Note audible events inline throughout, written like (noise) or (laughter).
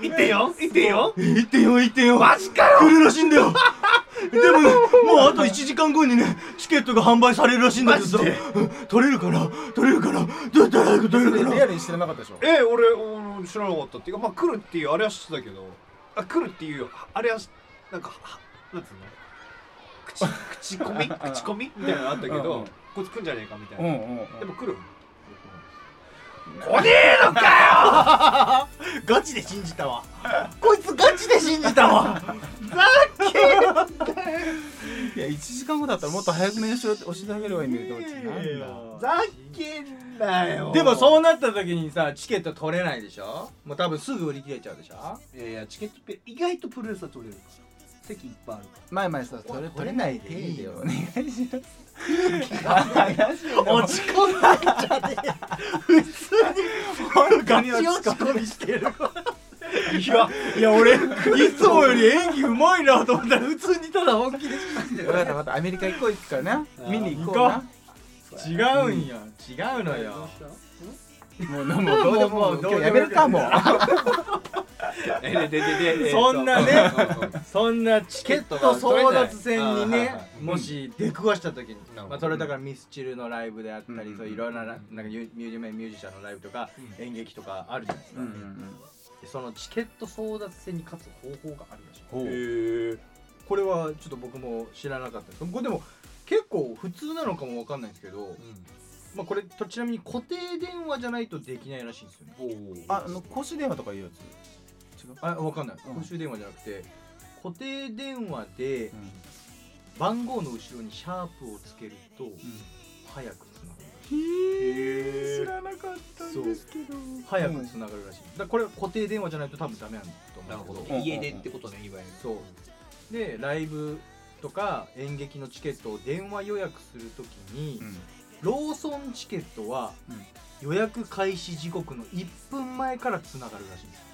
1.4? 1.4? 1.4、1.4。マジかよ来るらしいんだよでもね、もうあと1時間後にね、チケットが販売されるらしいんだけどさマジで、うん取れるかな取れるかなどうやったら早く取れるかリアなルにしてなかったでしょえ俺俺知らなかったっていうかまあ来るっていうあれは知ってたけどあ来るっていうあれはしなんかはなんつうの口口コミ口コミみたいなのあったけど、うんうんこいつ来んじゃねえかみたいな、うんうんでも来る (laughs) ガチで信じたわ。こいつガチで信じたわ。いや1時間後だったらもっと早くメールしろって教えてあげればいいんだけどなんだざけんなよでもうそうなった時にさチケット取れないでしょもう多分すぐ売り切れちゃうでしょいやいやチケットペ意外とプロレスは取れるから席いっぱいあるか前々さ取れ取れないでいいよお願いします落ち込んだんじゃねえ。普通に、ほら、ガチ落ち込みしてる。いや、いや俺、いつもより演技うまいなと思ったら、普通にただ本気で分かった分かったアメリカ行こう行くからな見に行こうな違うんよ違うのよもうもうどうでももうやめるかもうらえででででそんなねそんなチケット争奪戦にはいはいねは、いもし出くわした時に、なるほどまあ、それだからミスチルのライブであったり、うんそういろんなななんかミュミュージメミュージシャンのライブとか、演劇とかあるじゃないですか、でそのチケット争奪戦に勝つ方法があるらしいへーこれはちょっと僕も知らなかったですこれでも結構普通なのかもわかんないんですけど、まあ、これとちなみに固定電話じゃないとできないらしいんですよねうんあの、公衆電話とかいうやつ。違う。あわかんないうん公衆電話じゃなくて固定電話で番号の後ろにシャープをつけると、早くつながる知らなかったんですけど早くつながるらしい、だからこれ固定電話じゃないと多分ダメなんだと思うんなだるけほどど家でってことねいわゆるそうでライブとか演劇のチケットを電話予約するときに、ローソンチケットは、うん予約開始時刻の1分前からつながるらしいんです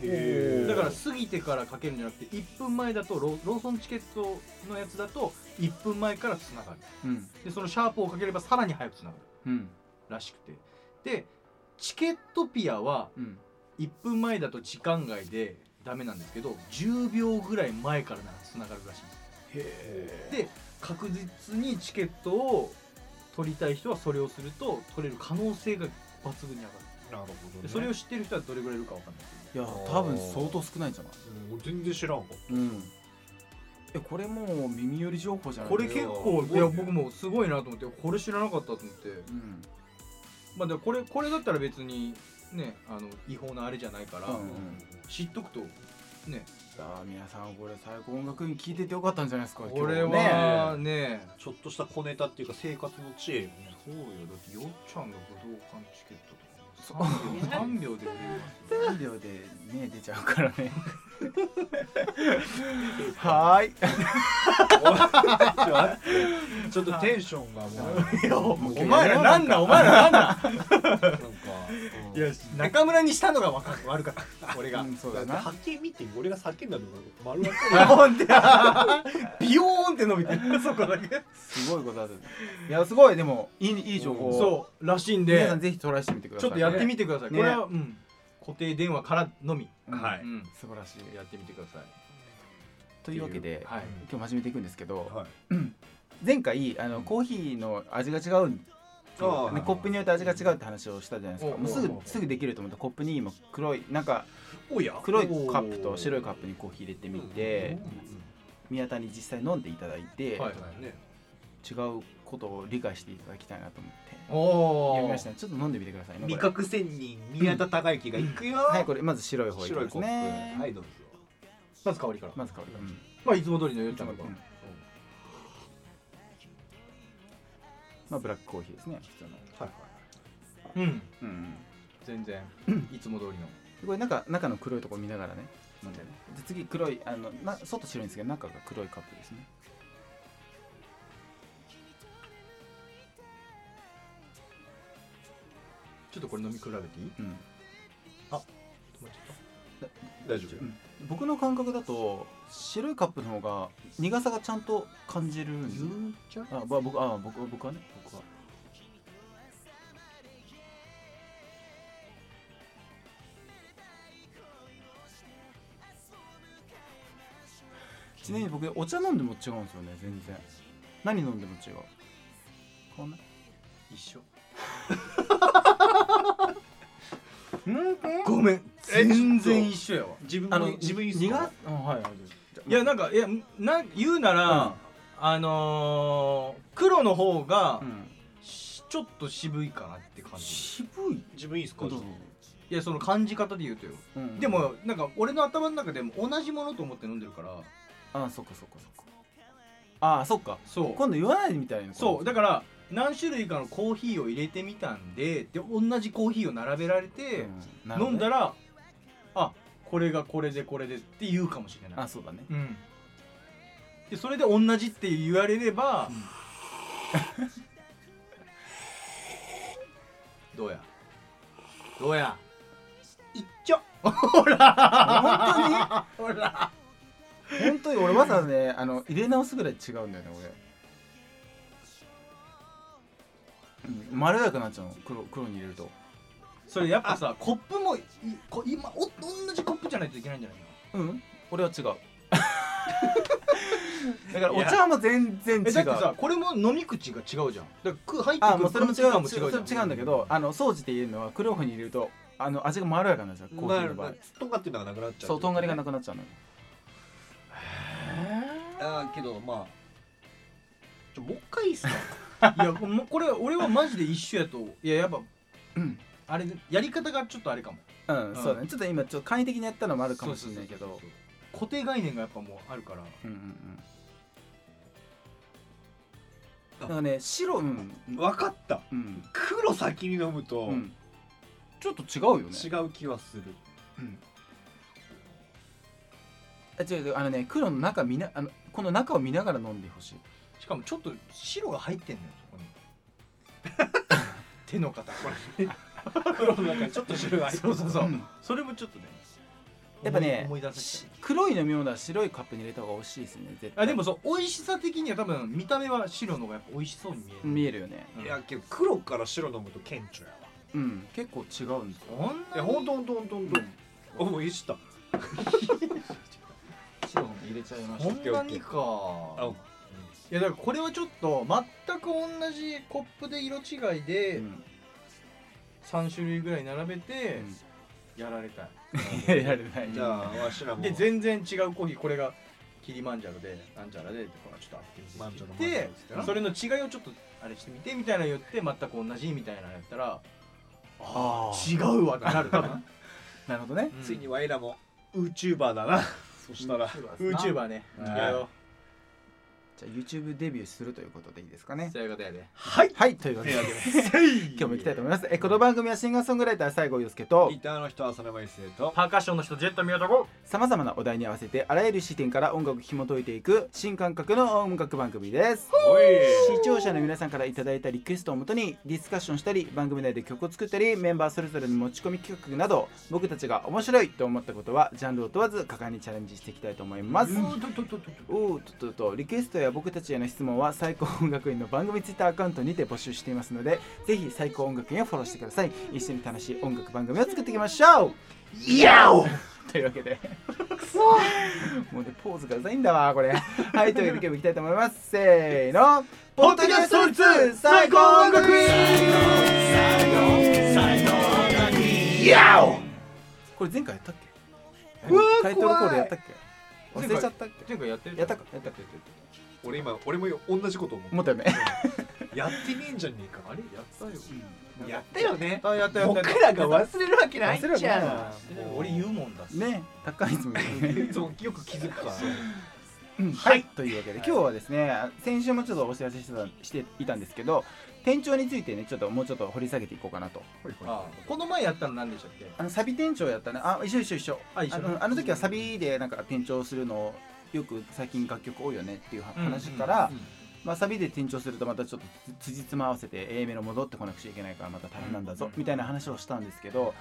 へーだから過ぎてからかけるんじゃなくて1分前だとロローソンチケットのやつだと1分前からつながるうんでそのシャープをかければさらに早くつながるうんらしくてでチケットピアはうん1分前だと時間外でダメなんですけど10秒ぐらい前からならつながるらしいんですへで確実にチケットを取りたい人はそれをすると取れる可能性が抜群に上がなるほどるねでそれを知ってる人はどれぐらいいるかわかんないけいや多分相当少ないんじゃないうん全然知らんかったうんえこれもう耳寄り情報じゃどないこれ結構いや僕もすごいなと思ってこれ知らなかったと思ってうんまあでもこれこれだったら別にねあの違法なあれじゃないから、うん知っとくとねいや皆さんこれ最高音楽に聞いててよかったんじゃないですかこれ今日ねはねちょっとした小ネタっていうか生活の知恵よねそうよだってよっちゃんが武道館チケットとか3秒で売れますよ3秒でね出ちゃうからねはーいちょっとテンションがも (laughs) うお前らなんだお前らなんだなんか、いや中村にしたのがわか悪かった俺がうんそうだだってな波形見て俺が叫んだのが丸分かほんでビヨーンって伸びてるそこだけすごいことだといやすごいでもいいいい情報をそうらしいん皆でさんぜひトライしてみてくだちさいょっとやってみてくださいこねれはうん固定電話からのみうんはいううん素晴らしいやってみてくださいというわけではい今日真面目でいくんですけどるはい (clears throat) 前回あのうんコーヒーの味が違うんあね、コップによって味が違うって話をしたじゃないですかおうもうすぐおうすぐできると思ってコップに今黒いなんかおや黒いカップと白いカップにコーヒー入れてみてう宮田に実際飲んでいただいて、はいんうんうんね違うことを理解していただきたいなと思ってお読みおましたねちょっと飲んでみてくださいね味これ覚仙人宮田孝之が行くよはいこれまず白い方いき白いまコすッねプはいどうぞまず香りからまず香りから、うんまあいつも通りのよっちゃんがうんまあブラックコーヒーですね普通の、はいうんうんうん全然いつも通りのでこれ中中の黒いとこ見ながらね飲んでねで次黒いあのな外白いんですけど中が黒いカップですねちょっとこれ飲み比べていいうん大丈夫僕の感覚だと白いカップの方が苦さがちゃんと感じるんですよ言っちゃうあば僕あ僕僕はね僕はちなみに僕お茶飲んでも違うんですよね全然何飲んでも違うこんな一緒うんごめん全然一緒やわ自分あのも自分いいっす苦かあはいはいいやなんかいやな言うなら、あのー、黒の方が、うんうんしちょっと渋いかなって感じ渋い自分いいっすかどうぞいやその感じ方で言うとよ、うんでもなんか俺の頭の中でも同じものと思って飲んでるからあそっかそっかそっかあそっかそう今度言わないでみたいなそうだかから何種類かのコーヒーを入れてみたんでで同じコーヒーを並べられて、飲んだららあこれがこれでこれでって言うかもしれないあそうだねうんでそれで同じって言われれば、どうやどうやいっちょ本ほら当に本当に俺わざわざね (laughs) あの入れ直すぐらい違うんだよね俺、うん、まろやかになっちゃうの黒黒に入れるとそれやっぱさコップもいこ今お同じコップじゃないといけないんじゃないのうん俺は違うだからお茶も全然違うえだってさこれも飲み口が違うじゃんだからく入ってあくもるうそれも違う空気感それもじゃ違うんだけどあの掃除で言えるのは黒い方に入れるとあの味がまろやかになっちゃうコーヒーの場まあ合とんがってるのがなくなっちゃうそうとんがりがなくなっちゃうのよあーけどまあちょもう一回いいっすか (laughs) いやもうこれ俺はマジで一緒やといややっぱうんあれやり方がちょっとあれかもうん、んそうだねちょっと今ちょっと簡易的にやったのもあるかもしれないけそうどそうそう固定概念がやっぱもうあるからうんうんうんあだからね白うん分かったうん黒先に飲むと、うんちょっと違うよね違う気は (laughs) するあ違う違うあのね黒の中見なあのこの中を見ながら飲んでほしいしかもちょっと白が入ってんのよそこに (laughs) 手の (laughs) 方これ黒の中にちょっと白が入ってそるうそうそう、うんそれもちょっとねやっぱね思い思い出せしちゃ黒い飲み物は白いカップに入れた方が美味しいですね絶う対あでもそう美味しさ的には多分見た目は白の方がやっぱ美味しそうに見える、見えるよねいやけど黒から白飲むと顕著やわうん結構違うんですよこんいなやにほんとほんとほんとほんとおもういいっした白入れちゃいまこんなにかあいやだからこれはちょっと全く同じコップで色違いで3種類ぐらい並べてやられたい、ややれないじゃあわしらもで全然違うコーヒーこれがキリマンジャロでなんちゃらでとかちょっとマ開ンジャロけてみてマンジャロですからでそれの違いをちょっとあれしてみてみたいなの言って全く同じみたいなのやったらああ違うわってなる (laughs) 多分 (laughs) なるほどねついにわいらも YouTuber だな (laughs) そしたら YouTuber ねうんやろじゃあ YouTube デビューするということでいいですかうねそういうことやではいはいというわけで今日も行きたいと思いますえこの番組はシンガーソングライター西郷祐介とギターの人は浅沼一生とパーカッションの人ジェット宮田子さまざまなお題に合わせてあらゆる視点から音楽を紐解いていく新感覚の音楽番組ですおい視聴者の皆さんからいただいたリクエストをもとにディスカッションしたり番組内で曲を作ったりメンバーそれぞれの持ち込み企画など僕たちが面白いと思ったことはジャンルを問わず果敢にチャレンジしていきたいと思います、おーとっとっとリクエストや僕たちへの質問は最高音楽院の番組ツイッターアカウントにて募集していますのでぜひ最高音楽院をフォローしてください一緒に楽しい音楽番組を作っていきましょういやお (laughs) というわけでもうねポーズがうざいんだわこれはいというわけで今日もいきたいと思いますせーのポッドキャスト2最高音楽院これ前回やったっけうわータイトルコールやったっけ怖い忘れちゃったっけ前回やってるやったかやったか俺今俺も同じこと思思うったよねやってねえんじゃねえかあれやったよやったよねあやったやった僕らが忘れるわけない忘れるわじけないゃわん俺言うもんだね高いつも言うねい (laughs) つもよく気づくからうんはい、というわけで今日はですね先週もちょっとお知らせしてたしていたんですけど店長についてねちょっともうちょっと掘り下げていこうかなとあこの前やったの何でしたっけあのサビ店長やったねあ一緒一緒一緒あ一緒のあの時はサビでなんか店長するのをよく最近楽曲多いよねっていう話から、まあ、サビで転調するとまたちょっとつ辻褄合わせて A メロ戻ってこなくちゃいけないからまた大変なんだぞ、うんみたいな話をしたんですけど、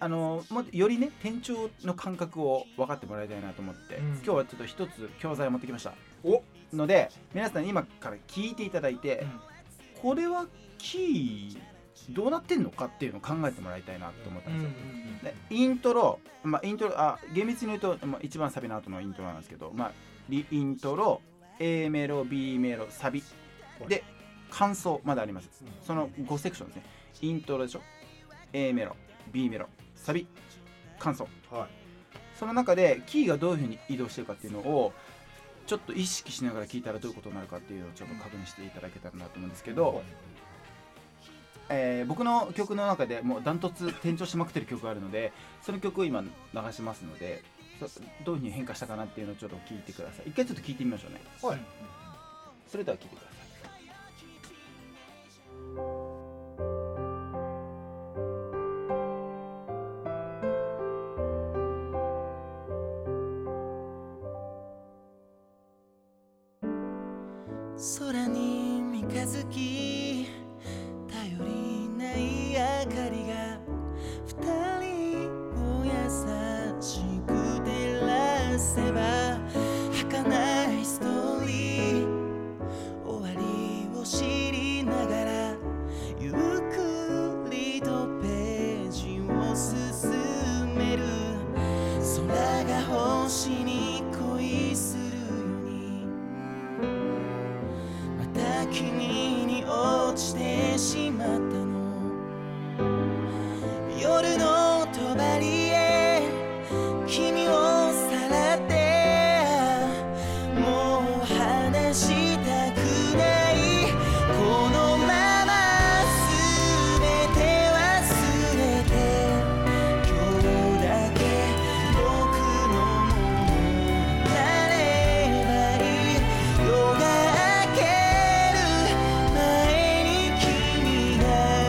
あのもっとよりね転調の感覚を分かってもらいたいなと思って、うん今日はちょっと一つ教材を持ってきました (laughs) おので皆さん今から聞いていただいて、これはキーどうなってんのかっていうのを考えてもらいたいなと思ったんですよ、でイントロ、まあ、イントロあ厳密に言うと、まあ、一番サビの後のイントロなんですけど、まあ、リイントロ A メロ B メロサビで感想まだありますその5セクションですねイントロでしょ A メロ B メロサビ感想はいその中でキーがどういうふうに移動してるかっていうのをちょっと意識しながら聞いたらどういうことになるかっていうのをちょっと確認していただけたらなと思うんですけど、えー僕の曲の中でもうダントツ転調しまくってる曲があるのでその曲を今流しますのでそどういうふうに変化したかなっていうのをちょっと聞いてください一回ちょっと聞いてみましょうねはいそれでは聞いてください空に三日月頼りない明かりが二人を優しく照らせば儚いストーリー終わりを知りながらゆっくりとページを進める空が星に恋するようにまた君に落ちてしまったの夜の帳へ君をさらってもう話したくないこのまま全て忘れて今日だけ僕のものなればいい夜が明ける前に君が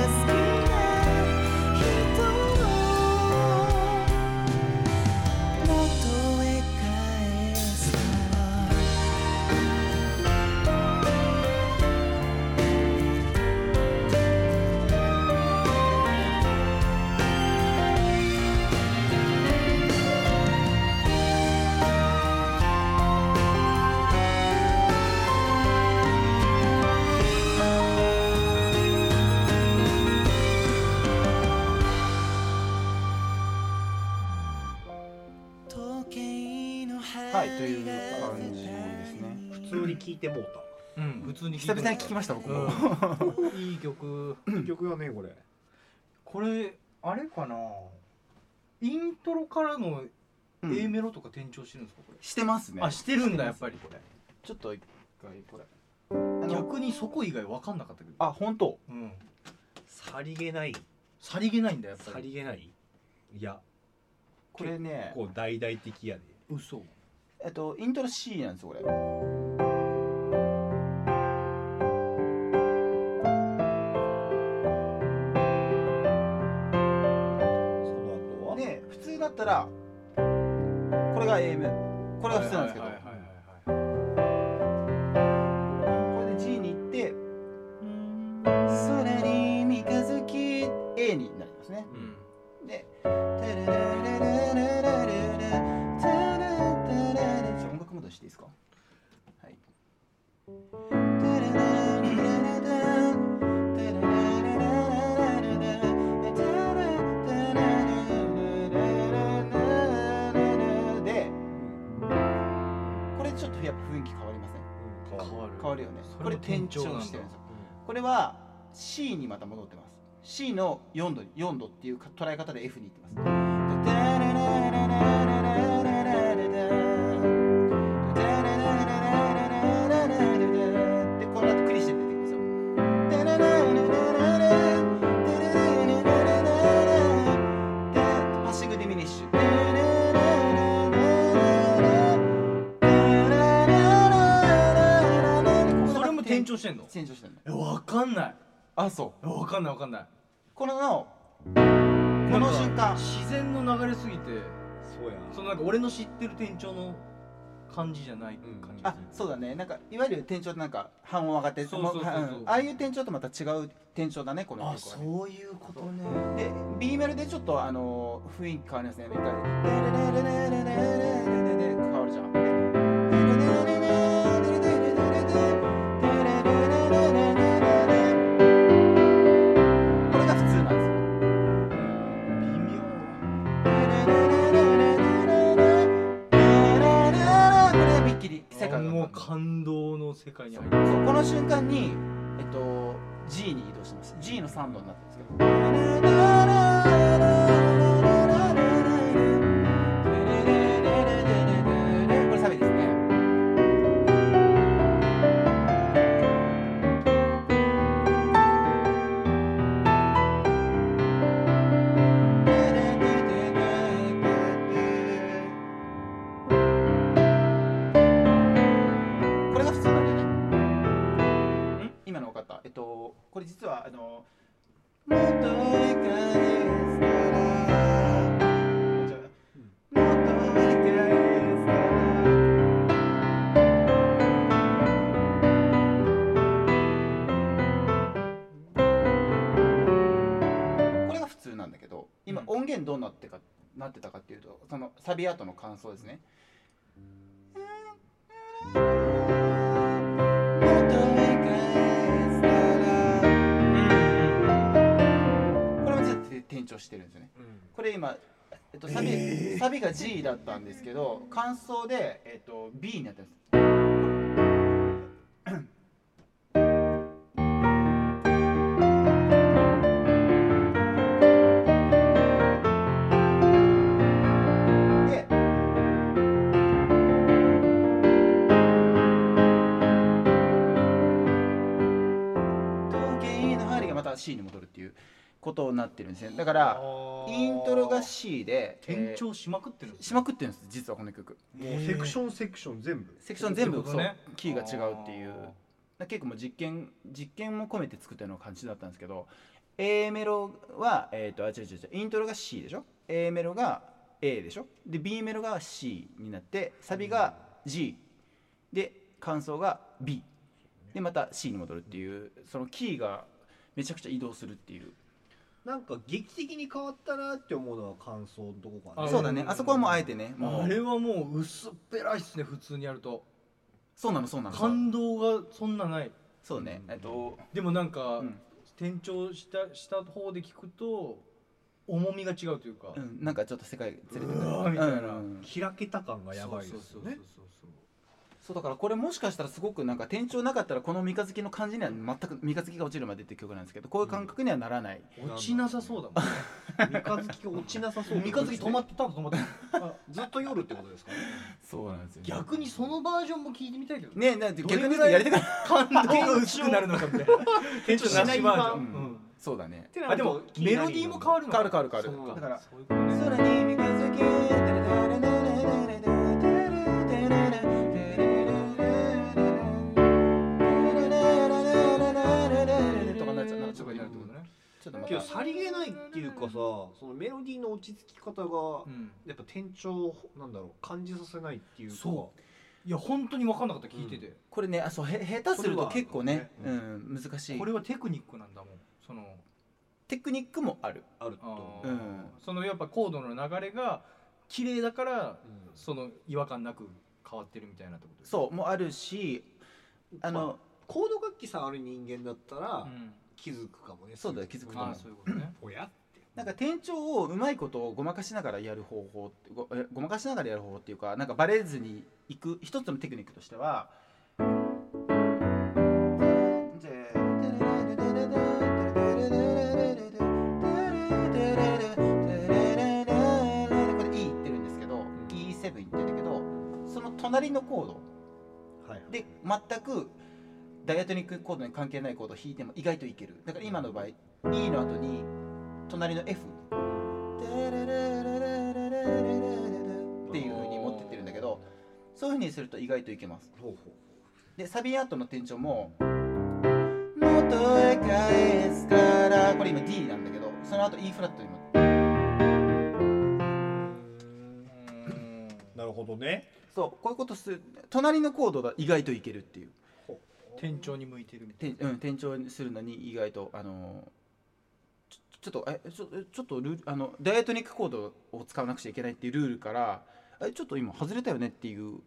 好きな人を元へ返すから時計の針がはいという感じですね普通に聞いてもううん普通に久々に聞きました僕も、うんいい曲た曲はねこれこれあれかなイントロからの A メロとか転調してるんですかこれしてますねあしてるんだやっぱりこれちょっと一回これ逆にそこ以外分かんなかったけどあ本当うんさりげないさりげないんだやっぱさりりげないいやこれねこう大々的やで嘘えっとイントロ C なんですよこれその後はで普通だったらこれが A メロここれが普通なんですけどどこれで G に行って空に三日月 A になりますねうんでタラララララララタラタララじゃあ音楽戻していいですかはいタララララララタラララララララタラタララララララでこれちょっとやっぱ雰囲気変わりません変わるわる変わるよねそこれも転調なんだしてるんですよこれは C にまた戻ってます C の4度4度っていうか捉え方で F に行ってますでこの後クリして出てくるんですよパッシングディミニッシュそれも転調してんの転調してるのえ分かんないあそうえ分かんない分かんないこののここの瞬間自然の流れすぎてそうやそのなんか俺の知ってる店長の感じじゃない感じがあするそうだねなんかいわゆる転調ってなんか半音上がってそうそうそうそうもんああいう転調とまた違う転調だねこの曲はねそういうことねで B メロでちょっとあのー雰囲気変わりますね一回変わるじゃんこれそう世界に入るこの瞬間に、えっと、G に移動します G の3度になってるんですけどこれサビですねこれが普通なんだよねん今の分かったえっとこれ実はあのもっと理解したらじゃあもっと理解したらこれが普通なんだけど今うん音源どうなってかなってたかっていうとそのサビ後の感想ですねもっと理解したらこれもちょっと転調してるんですよねこれ今、えっと、サビ、サビが G だったんですけど感想で、えっと、B になってますで時計の針がまた C に戻るっていうことになってるんですねだからイントロが C で、転調しまくってるんでしすまねくってるんです実はこの曲もうセクションセクション全部セクション全部、ってこそうとねキーが違うっていうあだ結構もう実験実験も込めて作ったような感じだったんですけど A メロはえっ、とあ違う違う違うイントロが C でしょ A メロが A でしょで B メロが C になってサビが G で感想が B でまた C に戻るっていうそのキーがめちゃくちゃ移動するっていうなんか劇的に変わったなって思うのは感想のとこかあなそうだねあそこはもうあえてねもあれうはもう薄っぺらいっすね普通にやるとそうなのそうなの感動がそんなないそうねえっと、でもなんか、うん転調したした方で聞くと重みが違うというか、うん、なんかちょっと世界連れてくうわーみたいなうんうん開けた感がやばいですよねそうそうそうそうだからこれもしかしたらすごくなんか転調なかったらこの三日月の感じには全く三日月が落ちるまでっていう曲なんですけどこういう感覚にはならない、そう落ちなさそうだもんね三日月落ちなさそう三日月止まってたんだ止まってたあずっと夜ってことですかねそうなんですよ逆にそのバージョンも聞いてみたいけどねえなんてどれ逆に言うとぐらいやりたくない感動が薄くなるのかみたいな (laughs) 転調なしバージョン、うんうんそうだねあでもメロディーも変わるるの変わる変わる変そわうかるだからそういうことね空に三日月とかなっちゃうなんかちょっとにななるるっこねっててこととねちょっとまたけどさりげないっていうかさそのメロディーの落ち着き方がうんやっぱ転調をなんだろう感じさせないっていうかそいや本当に分かんなかった聞いてて、これねあそうへ下手すると結構ねそれはうん、難しいこれはテクニックなんだもんそのテクニックもあるあるとあ思ーううんそのやっぱコードの流れが綺麗だからその違和感なく変わってるみたいなってことですそうもあるしうんあの、コード楽器さんある人間だったらん、気づくかもねそうだよ気づくとあ思あそういうことねおやってなんか転調をうまいことをごまかしながらやる方法ってごえごまかしながらやる方法っていうかなんかバレずにいく一つのテクニックとしては。これ E いってるんですけど E7 いってるんだけどその隣のコードはいはいで全くダイアトニックコードに関係ないコードを弾いても意外といけるだから今の場合 E の後に隣の F っていう風に持ってってるんだけどそういう風にすると意外といけますほうほうでサビアートの転調も「元へ返すから」これ今 D なんだけどその後 E フラットにもうんなるほどねそうこういうことする隣のコードが意外といけるっていう店長に向いてるみたいてうん、転調するのに意外とあのーちょちょっとえちょちょっとルールあのダイアトニックコードを使わなくちゃいけないっていうルールからえちょっと今外れたよねっていう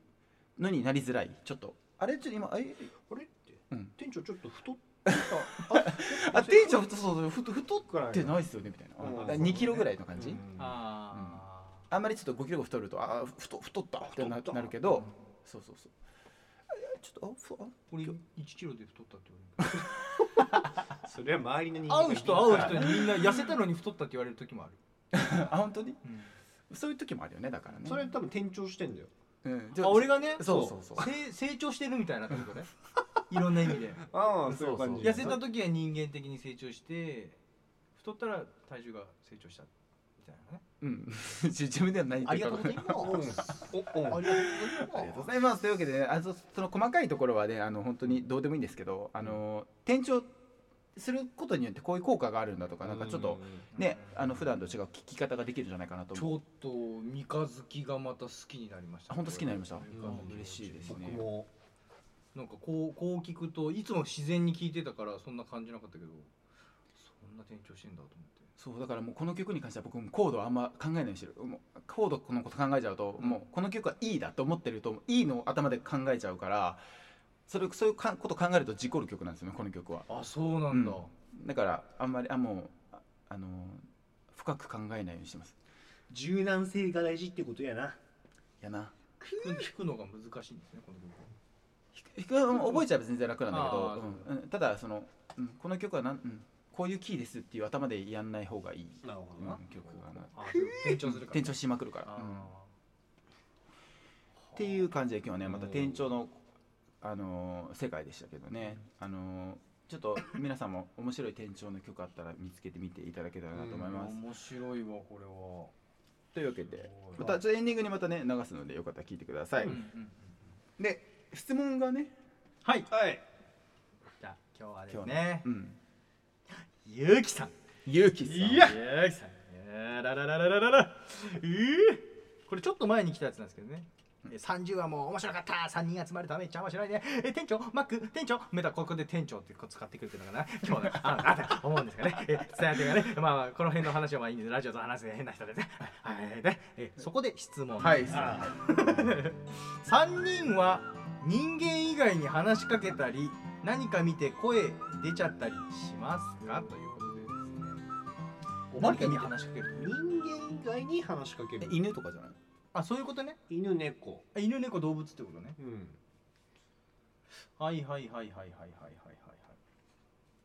のになりづらいちょっとあれちょっと今えあれってうん店長ちょっと太っ (laughs) あ店長太そうそうふと太っくらいてないっすよねみたいうんな、あ2キロぐらいの感じ、あああんまりちょっと5キロ太るとああ太太ったってな太ったなるけどそうそうそうちょっとあふあ俺1キロで太ったって言 (laughs) われるそれは周りの人間会う人会う人にみんな痩せたのに太ったって言われる時もある、あ本当にそういう時もあるよねだからねそれ多分転調してんだようんあ俺がねそうそうそうせ成長してるみたいなってこ (laughs) とねいろんな意味でああそういう感じ痩せた時は人間的に成長して太ったら体重が成長したみたいなねうん、 (laughs) 自分では何言ってるか分かんうんないありがとうございますというわけで、ね、あそその細かいところはねあの本当にどうでもいいんですけどあの転調することによってこういう効果があるんだとかなんかちょっとねあの普段と違う聞き方ができるんじゃないかなとち思うょっと三日月がまた好きになりましたあ本当好きになりました三日月うん嬉しいですね僕もなんかこうこう聞くといつも自然に聞いてたからそんな感じなかったけどそんな転調してんだと思ってそうだからもうこの曲に関しては僕もコードはあんま考えないようにしてるもうコードのこと考えちゃうともうこの曲はいいだと思ってるといいのを頭で考えちゃうからそれそういうかこと考えると事故る曲なんですよねこの曲はあそうなんだ、うんだからあんまりあもうああの深く考えないようにしてます柔軟性が大事ってことやなやな弾く弾くのが難しいんですねこの曲は弾くうん覚えちゃえば全然楽なんだけあーど、うんうんただその、うんこの曲はなん、うんこういうキーですっていう頭でやんない方がいい、なるほうんどな曲がなあでも (laughs) 転調するから転調しまくるから、うんっあーていう感じで今日はねまたうん転調の、あのー世界でしたけどね、あのーちょっと皆さんも面白い転調の曲あったら見つけてみていただけたらなと思います、面白いわこれはというわけでそうまたちょっとエンディングにまたね流すのでよかったら聞いてください、うんうんうんで質問がねはいはいじゃあ今日はで今す日ねうんゆうきさんゆうきさんいやゆうきさんいやらららららららうーこれちょっと前に来たやつなんですけどねえ30話も面白かった3人集まるためっちゃ面白いねえ店長マック店長メタここで店長ってこう使ってくるっていうのかな今日のあのあった思うんですがねえ伝えてがねまあまあこの辺の話はまあいいんですラジオと話す変な人でねはいはいはいでえそこで質問はい3人は人間以外に話しかけたり何か見て声出ちゃったりしますかということでですねお化けに話しかける人間以外に話しかけえる犬とかじゃないあそういうことね犬猫あ犬猫動物ってことねうんはいはいはいはいはいはいはいはい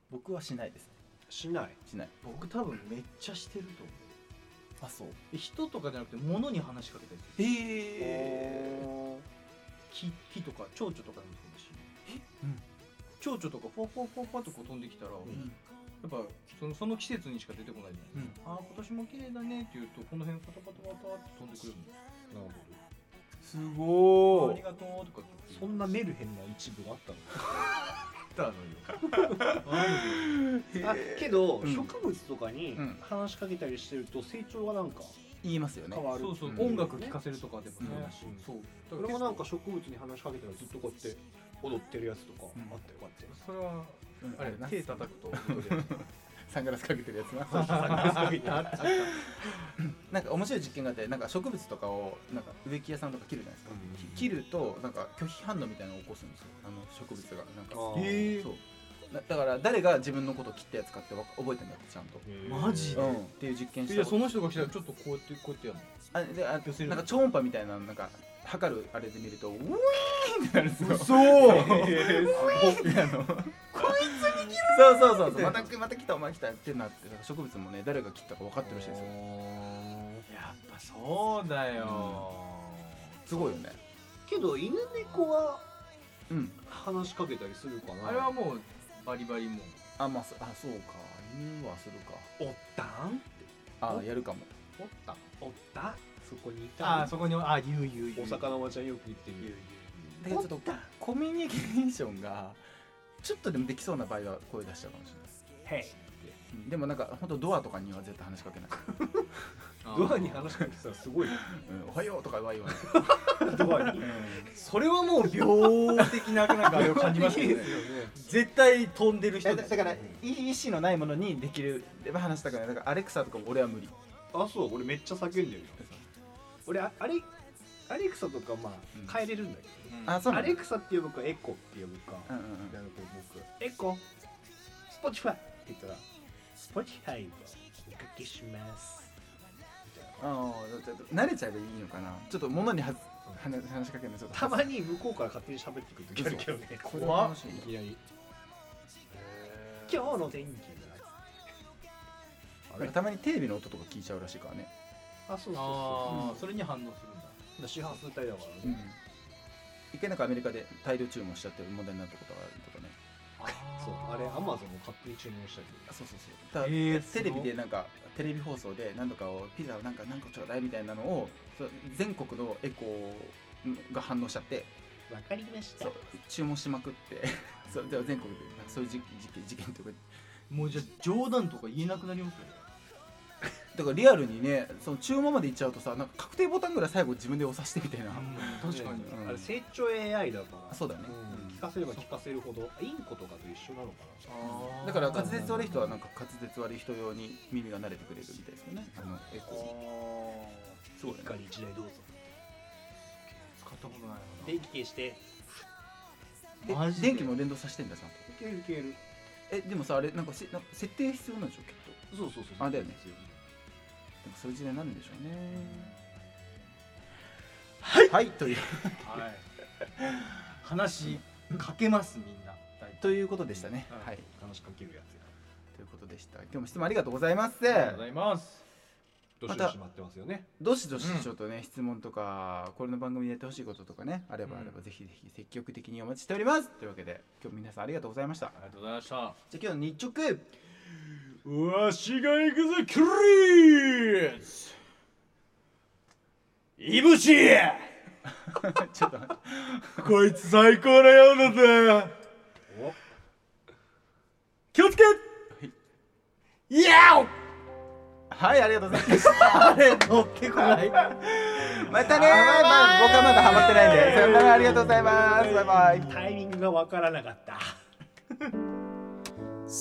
僕はしないですしないしない僕多分めっちゃしてると思うあそうえ人とかじゃなくて物に話しかけたりへおーする木木とか蝶々とかでもそうだしうん蝶々とかフォフォフォフォとこう飛んできたら、やっぱそのその季節にしか出てこないじゃないですか、ああ今年も綺麗だねって言うとこの辺パタパタパタって飛んでくるんですなるほすごああーりがとうとかどそんなメルヘンな一部があったのったのよあるよあけど、うん植物とかにうん話しかけたりしてると成長がなんか言いますよね変わる、そうそう、うん音楽聴かせるとかでもそうだし、うんそうだ俺らもなんか植物に話しかけたらずっとこうやって踊ってるやつとかあったよこうやってそれはうんあれな手叩くと (laughs) 音出るサングラスかけてるやつ (laughs) ななんか面白い実験があってなんか植物とかをなんか植木屋さんとか切るじゃないですか、切るとなんか拒否反応みたいなのを起こすんですよあの植物がなんかあーへーそうだだから誰が自分のことを切ったやつかってわか覚えてんだってちゃんと、マジでうん、っていう実験しいたやこそとの人が来たらちょっとこうやってこうやってやるのあであ寄せるなんか超音波みたいなのなんか測るあれで見るとウィーンってなるんですよそうあのこいつに切られそうそうそうそうまたまた来たお前来たってなってなんか植物もね誰が切ったか分かってるしですよやっぱそうだよ、すごいよねけど犬猫はうん話しかけたりするかなあれはもうバリバリもうあまあそあそうか犬はするかおったんあやるかもおったおったそこにいたああそこにああ言う言う言うお魚おばちゃんよく言って言るだかうらちょっとコミュニケーションがちょっとでもできそうな場合は声出しちゃうかもしれないへいうんでもなんか本当ドアとかには絶対話しか (laughs) けない、言うドアに話しかけてたらす (laughs) ごいねうん、おはようとかは言わない、ドアにそれはもう病的ななんかあれを感じますけ (laughs) どね絶対飛んでる人だだから (laughs) いい意志のないものにできるでも話したくないだからアレクサとかも俺は無理あそう俺めっちゃ叫んでるよ俺ああれアレクサとかまうんあ変えれるんだけあそうど、アなんだレクサって呼ぶかエコって呼ぶか、うんうんうんなるほど僕エコスポティファイって言ったらスポティファイをおかけしますああ、だだだ慣れちゃえばいいのかな。ちょっと物にはず話話しかけるのちょっとたまに向こうから勝手に喋ってくる時あるけどねこれは楽しいいきなりえー今日の天気なんかたまにテレビの音とか聞いちゃうらしいからね、あそうそうそあうあんそれに反応するんだうだ周波数帯だからうんね、一回なんかアメリカで大量注文しちゃって問題になったことがあるとかねそうあれアマゾンを勝手に注文したりとかそうそうそうだ、えーすごテいレビでなんかテレビ放送で何度かをピザをなんか何個ちょうだいみたいなのをそう全国のエコーが反応しちゃってわかりましそう注文しまくって (laughs) そうでは全国でなんかそういう事事件事件とかもうじゃあ冗談とか言えなくなりますよねだからリアルにねその注文までいっちゃうとさなんか確定ボタンぐらい最後自分で押させてみたいな、確かにうんあれ成長 AI だかあらそうだね、うん聞かせれば聞かせるほどインコとかと一緒なのかだから滑全舌悪い人はなんか滑舌悪い人用に耳が慣れてくれるみたいですよねあのエあーコーそうな一家に一台どうぞ使ったことない電気消してえマジで電気も連動させてんだちゃんといけるいけるえでもさあれなんかせなんか設定必要なんでしょきっとそうそうそうあだよねでもそういう時代になるんでしょうねはい、はい、というなはい話かけますみんな大体ということでしたねうんはい話しかけるやつやということでした今日も質問ありがとうございますありがとうございますどましたどし待ってますよねどしどしうんちょっとね、質問とかこれの番組でやってほしいこととかねあればあれば、うんぜひぜひ積極的にお待ちしておりますというわけで今日皆さんありがとうございましたありがとうございましたじゃあ今日の日直わしが行くぜクリーズいぶしちょっと待ってこいつ最高なようだぜお気をつけいやおはいありがとうございましたあれ乗ってこ (laughs) ないまたねバイバイ僕はまだハマってないんでさよならありがとうございますバイバイタイミングがわからなかった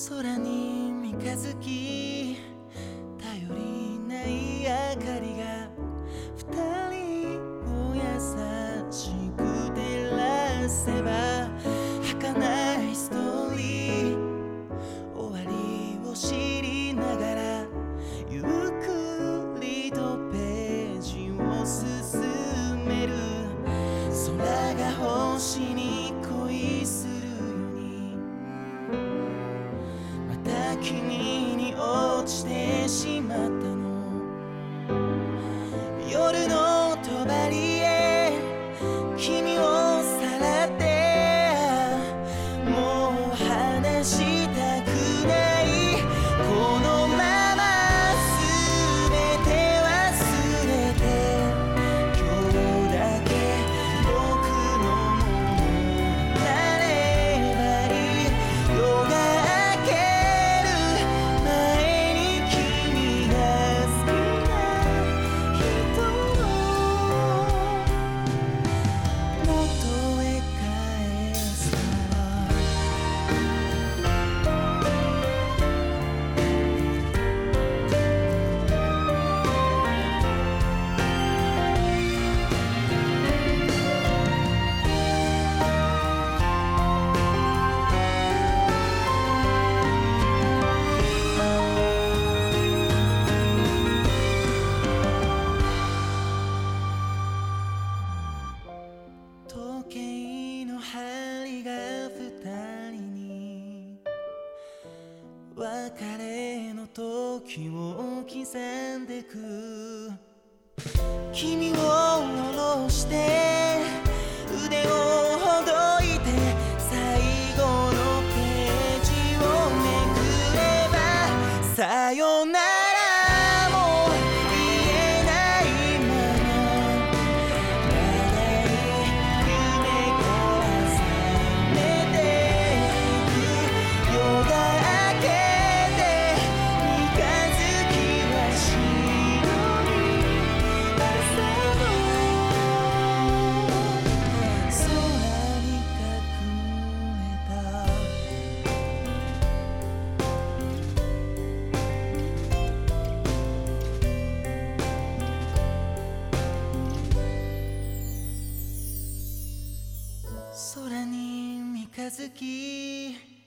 空に三日月頼りない明かりが二人を優しく照らせば儚いストーリー終わりを知りながらゆっくりとページを進める空が星に恋するようにまた君に落ちてしまったの夜の帳へ君をさらってもう話したくないこのまま全て忘れて今日だけ僕のものになればいい夜が明ける前に君が好きな人の元へ返すわ時計の針が二人に別れの時を刻んでく君を下ろして腕をほどいて最後のページをめくればさよならも言えないまま「長い夢から覚めて」「く夜が明けて三日月は白い朝の空に隠れた」空に三日月